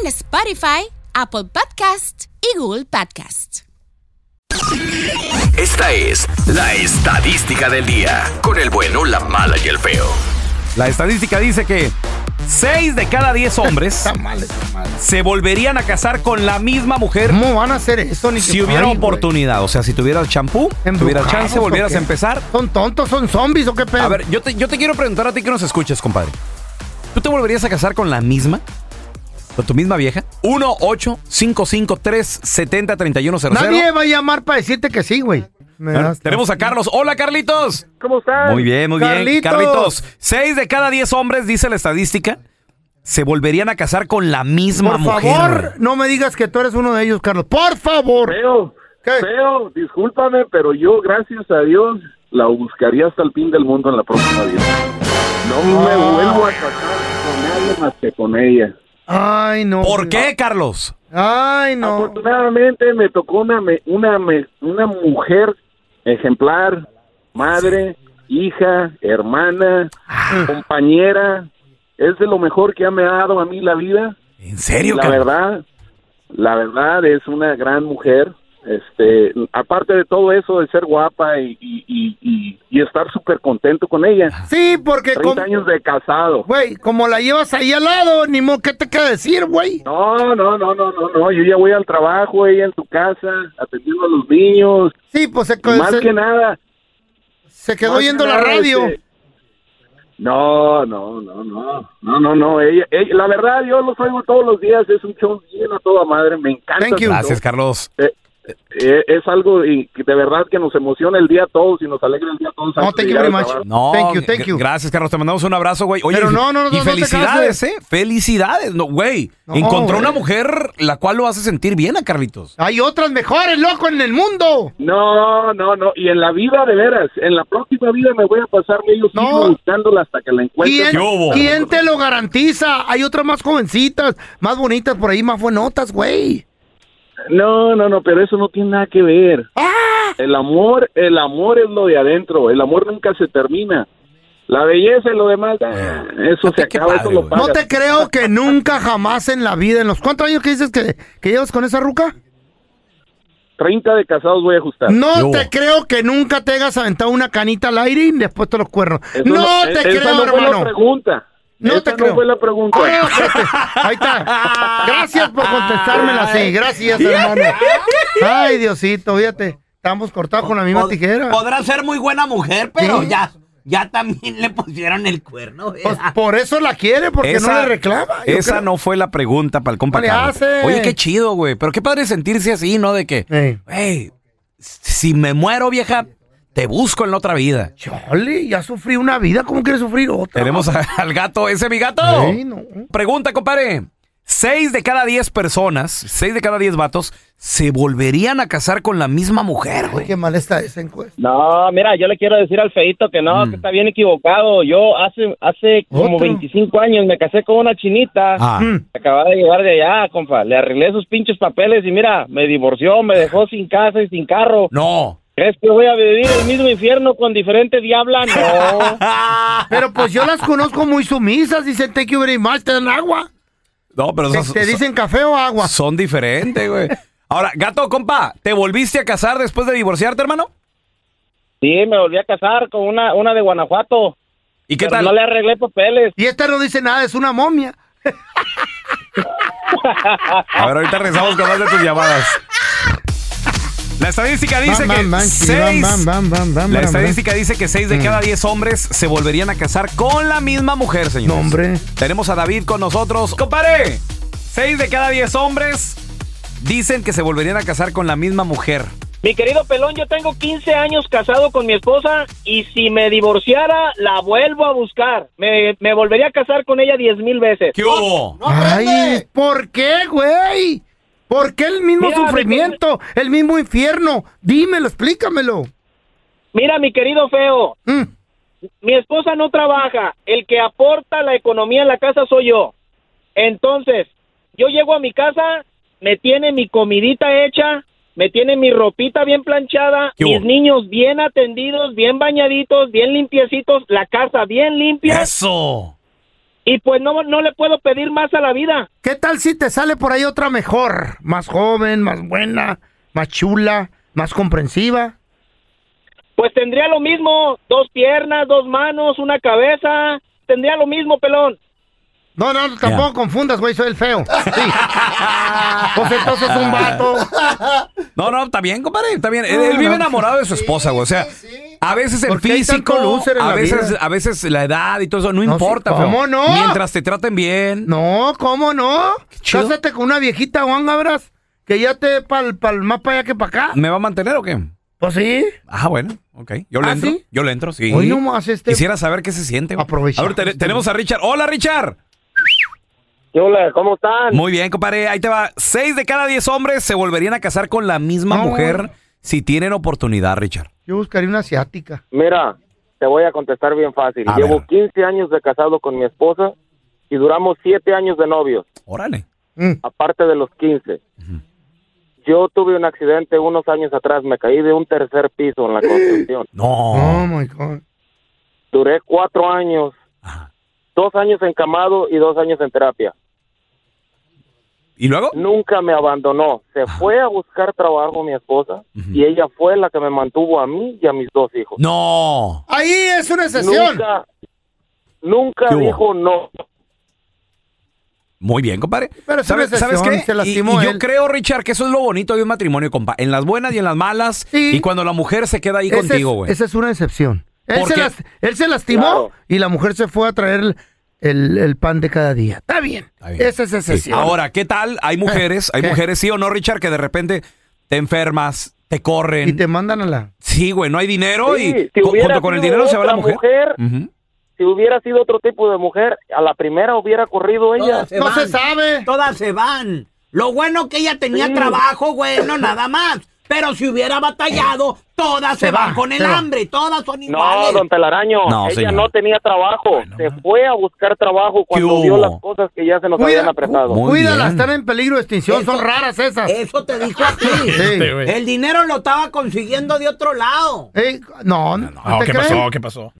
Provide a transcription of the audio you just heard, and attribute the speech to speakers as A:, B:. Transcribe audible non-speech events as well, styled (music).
A: en Spotify, Apple Podcast y Google Podcast.
B: Esta es la estadística del día. Con el bueno, la mala y el feo.
C: La estadística dice que 6 de cada 10
D: (laughs)
C: hombres se volverían a casar con la misma mujer
D: ¿Cómo van a hacer eso? Ni
C: si
D: que-
C: hubiera
D: Ay, güey.
C: oportunidad. O sea, si tuvieras champú, tuvieras
D: ¿Embrujados
C: chance,
D: o
C: volvieras a
D: qué?
C: empezar.
D: ¿Son tontos? ¿Son zombies o qué pedo?
C: A ver, yo te, yo te quiero preguntar a ti que nos escuches, compadre. ¿Tú te volverías a casar con la misma? ¿Con tu misma vieja? 1 8 5 3 70 31 00.
D: Nadie va a llamar para decirte que sí, güey. Me das-
C: Tenemos a Carlos. Hola, Carlitos.
E: ¿Cómo estás?
C: Muy bien, muy bien.
D: Carlitos.
C: Carlitos, 6 de cada 10 hombres, dice la estadística, se volverían a casar con la misma
D: Por
C: mujer.
D: favor, no me digas que tú eres uno de ellos, Carlos. Por favor.
E: Feo,
D: ¿Qué?
E: feo, discúlpame, pero yo, gracias a Dios, la buscaría hasta el fin del mundo en la próxima vida. No me
D: Ah.
E: vuelvo a casar con nadie más que con ella.
D: Ay, no.
C: ¿Por qué, Carlos?
D: Ay, no.
E: Afortunadamente me tocó una, me- una, me- una mujer ejemplar, madre, hija, hermana,
D: Ah.
E: compañera. Es de lo mejor que ya me ha dado a mí la vida.
C: ¿En serio,
E: la
C: Carlos?
E: verdad, la verdad es una gran mujer. Este, aparte de todo eso de ser guapa y, y- y- y- y estar súper contento con ella.
D: Sí, porque
E: 30
D: como,
E: años de casado.
D: güey, como la llevas ahí al lado, ni modo, ¿qué te queda decir, güey?
E: No, no, no, no, no, no. Yo ya voy al trabajo, ella en su casa, atendiendo a los niños.
D: Sí, pues se,
E: Y más
D: se-
E: que nada.
D: se quedó
E: más que
D: oyendo la
E: nada,
D: radio.
E: este, No, no, no, no, no, no, no. Ella, ella- la verdad, yo los oigo todos los días. Es un show bien a toda madre. Me encanta.
D: Thank you.
E: su show.
C: Gracias, Carlos.
E: Eh, eh, es algo y que de verdad que nos emociona el día a todos y nos alegra el día a todos.
D: No,
E: antes de
D: thank you
E: llegar
D: very
E: al
D: much.
E: trabajo.
C: No,
D: Thank you, thank you.
C: gr- gracias, Carlos. Te mandamos un abrazo, güey. Oye,
D: Pero
C: y-
D: no, no, no,
C: y
D: no te
C: felicidades,
D: cases.
C: ¿eh? Felicidades. No, güey,
D: No,
C: encontró
D: güey.
C: una mujer la cual lo hace sentir bien a Carlitos.
D: Hay otras mejores, loco, en el mundo.
E: No, no, no. Y en la vida, de veras, en la próxima vida me voy a pasar medio
D: No.
E: siglo buscándola hasta que la encuentre.
D: ¿Quién,
C: ¿Qué hubo?
D: quién te lo garantiza? Hay otras más jovencitas, más bonitas por ahí, más buenotas, güey.
E: No, no, no, pero eso no tiene nada que ver.
D: Ah.
E: El amor, el amor es lo de adentro. El amor nunca se termina. La belleza y lo demás, ah, eso
C: Fíjate
E: se
C: qué
E: acaba, eso
C: padre,
E: lo
C: güey.
E: pagas.
D: No te creo que nunca jamás en la vida, en los cuántos años que dices que, que llevas con esa ruca?
E: 30 de casados voy a ajustar.
D: No
C: Yo.
D: te creo que nunca te hayas aventado una canita al aire y después te los cuernos.
E: Eso
D: No
E: eh,
D: te
E: esa
D: creo,
E: no fue la
D: hermano.
E: pregunta.
D: No
E: Esa
D: te creo.
E: no fue la pregunta.
D: Ah, fíjate. Ahí está. Gracias por contestármela así. Gracias, hermano. Ay, Diosito, fíjate. Estamos cortados con la misma tijera.
F: Podrá ser muy buena mujer, pero
D: Sí.
F: ya, ya también le pusieron el cuerno.
D: Pues
F: ¿verdad?
D: por eso la quiere, porque no le reclama. Yo
C: Esa
D: creo-
C: no fue la pregunta para el compa
D: No le
C: Carlos.
D: hace.
C: Oye, qué chido, güey. Pero qué padre sentirse así, ¿no? De que,
D: Ey.
C: güey, si me muero, vieja, te busco en la otra vida.
D: Chole, ya sufrí una vida, ¿cómo quieres sufrir otra?
C: Tenemos a- (laughs) al gato, ese mi gato.
D: Ay, no.
C: Pregunta, compadre. Seis de cada diez personas, seis de cada diez vatos, se volverían a casar con la misma mujer, güey.
D: Qué mal está esa encuesta.
G: No, mira, yo le quiero decir al feito que
C: Mm.
G: no, que está bien equivocado. Yo hace hace como
D: Otro.
G: 25 años me casé con una chinita.
C: Ah.
D: Mm.
G: Acababa de llegar de allá, compa. Le arreglé sus pinches papeles y mira, me divorció, me dejó sin casa y sin carro.
C: No.
G: ¿Crees que voy a vivir el mismo infierno con diferente diabla? No.
C: (laughs)
D: Pero pues yo las conozco muy sumisas, dicen thank you very much, te dan agua.
C: No, pero
D: Te,
C: son,
D: te dicen café o agua.
C: son diferentes, güey. Ahora, gato, compa, ¿te volviste a casar después de divorciarte, hermano?
G: Sí, me volví a casar con una, una de Guanajuato.
C: ¿Y qué
G: Pero
C: tal?
D: este
G: No le arreglé papeles.
D: Y esta no dice nada, es una momia.
C: A ver, ahorita regresamos con más de tus llamadas. La estadística dice
D: Bam,
C: que
D: bam, bam, chiqui, bam,
C: seis-
D: bam, bam, bam, bam, Mm.
C: La
D: bam,
C: estadística dice que 6 de cada 10 hombres se volverían a casar con la misma mujer, señores.
D: No, hombre.
C: Tenemos a David con nosotros. ¡Compare! 6 de cada 10 hombres dicen que se volverían a casar con la misma mujer.
E: Mi querido Pelón, yo tengo 15 años casado con mi esposa y si me divorciara, la vuelvo a buscar. Me, me volvería a casar con ella 10 mil veces.
C: ¿Qué hubo?
D: Ay, ¿por qué, güey? ¿Por qué el mismo
E: Mira,
D: sufrimiento? El mismo infierno. Dímelo, explícamelo.
E: Mira, mi querido Feo,
D: Mm.
E: mi esposa no trabaja. El que aporta la economía en la casa soy yo. Entonces, yo llego a mi casa, me tiene mi comidita hecha, me tiene mi ropita bien planchada,
C: ¿Qué
E: mis
C: hubo?
E: niños bien atendidos, bien bañaditos, bien limpiecitos, la casa bien limpia.
C: ¡Eso!
E: Y pues no, no le puedo pedir más a la vida.
D: ¿Qué tal si te sale por ahí otra mejor? Más joven, más buena, más chula, más comprensiva.
E: Pues tendría lo mismo, dos piernas, dos manos, una cabeza, tendría lo mismo, pelón.
D: No, no, tampoco confundas, güey, soy el
C: (laughs)
D: feo. Sí. Pues entonces es un vato.
C: No, no, está bien, compadre, está bien. Él, él vive enamorado de su esposa, güey. O sea, a veces el
D: Porque hay
C: físico,
D: tanto loser en
C: a
D: la
C: veces,
D: vida.
C: a veces la edad y todo eso, no,
D: No, sí,
C: importa.
D: ¿cómo
C: feo.
D: no?
C: Mientras te traten bien.
D: No, ¿cómo no?
C: chido.
D: Cásate con una viejita, Juan Gabras, que ya te pa'l, pa'l más para allá que para acá.
C: ¿Me va a mantener o qué?
D: Pues sí.
C: Ah, bueno, ok. Yo le
D: ¿Ah,
C: entro.
D: sí?
C: Yo le entro, sí.
D: Hoy nomás este-
C: Quisiera saber qué se siente. güey.
D: Aprovecha.
C: A ver, te- tenemos a Richard. ¡Hola, Richard!
E: Hola, ¿cómo están?
C: Muy bien, compadre. Ahí te va. Seis de cada diez hombres se volverían a casar con la misma
D: No.
C: mujer si tienen oportunidad, Richard.
D: Yo buscaría una asiática.
E: Mira, te voy a contestar bien fácil.
C: A
E: Llevo
C: ver.
E: 15 años de casado con mi esposa y duramos 7 años de novios,
C: Órale.
D: Mm.
E: aparte de los 15. Yo tuve un accidente unos años atrás, me caí de un tercer piso en
C: (clears throat)
E: la construcción.
D: Oh
C: No.
D: my God.
E: Duré 4 años,
C: Ajá.
E: 2 años encamado y 2 años en terapia.
C: ¿Y luego?
E: Nunca me abandonó. Se fue a buscar trabajo mi esposa y ella fue la que me mantuvo a mí y a mis dos hijos.
C: No.
D: Ahí es una excepción.
E: Nunca, nunca
C: ¿Qué hubo?
E: dijo no.
C: Muy bien, compadre.
D: Pero es una
C: ¿Sabes, ¿sabes
D: excepción,
C: qué?
D: se
C: y,
D: lastimó
C: y yo
D: él.
C: creo, Richard, que eso es lo bonito de un matrimonio, compa. En las buenas y en las malas.
D: Sí.
C: Y cuando la mujer se queda ahí
D: Esa es-
C: contigo, güey.
D: Esa es una excepción. Él
C: ¿Por
D: se,
C: qué?
D: las- él se lastimó
E: Claro.
D: y la mujer se fue a traer el, el- el pan de cada día. Está bien.
C: Está bien.
D: Esa es
C: Sí.
D: excepción.
C: Ahora, ¿qué tal? Hay mujeres, hay
D: (laughs) ¿Qué?
C: mujeres, sí o no, Richard, que de repente te enfermas, te corren.
D: Y te mandan a la...
C: Sí, güey, no hay dinero
E: Sí,
C: y
E: si
C: co-
E: hubiera
C: junto con el
E: sido
C: dinero se va la
E: otra
C: mujer.
E: mujer,
C: Ujú.
E: Si hubiera sido otro tipo de mujer, a la primera hubiera corrido ella.
H: Todas se
D: No
H: van.
D: se sabe.
H: Todas se van. Lo bueno que ella tenía
E: Sí.
H: trabajo, güey, no nada más. Pero si hubiera batallado, todas se,
D: Eh, Se
H: van
D: va,
H: con el
D: se va.
H: hambre. Todas son
E: No,
H: iguales.
E: don Pelaraño,
C: No,
E: ella
C: señor.
E: no tenía trabajo. se fue a buscar trabajo cuando
C: hubo?
E: vio las cosas que ya se nos
D: Cuida-
E: habían apretado.
C: Muy
D: Cuídala,
C: bien.
D: están en peligro de extinción. Son
H: Eso-
D: raras esas.
H: Eso te dijo a ti.
D: Sí. (laughs)
H: El dinero lo estaba consiguiendo de otro lado.
D: Ey, no, no,
I: No,
D: te
I: ¿qué
D: creen?
I: pasó? ¿Qué pasó?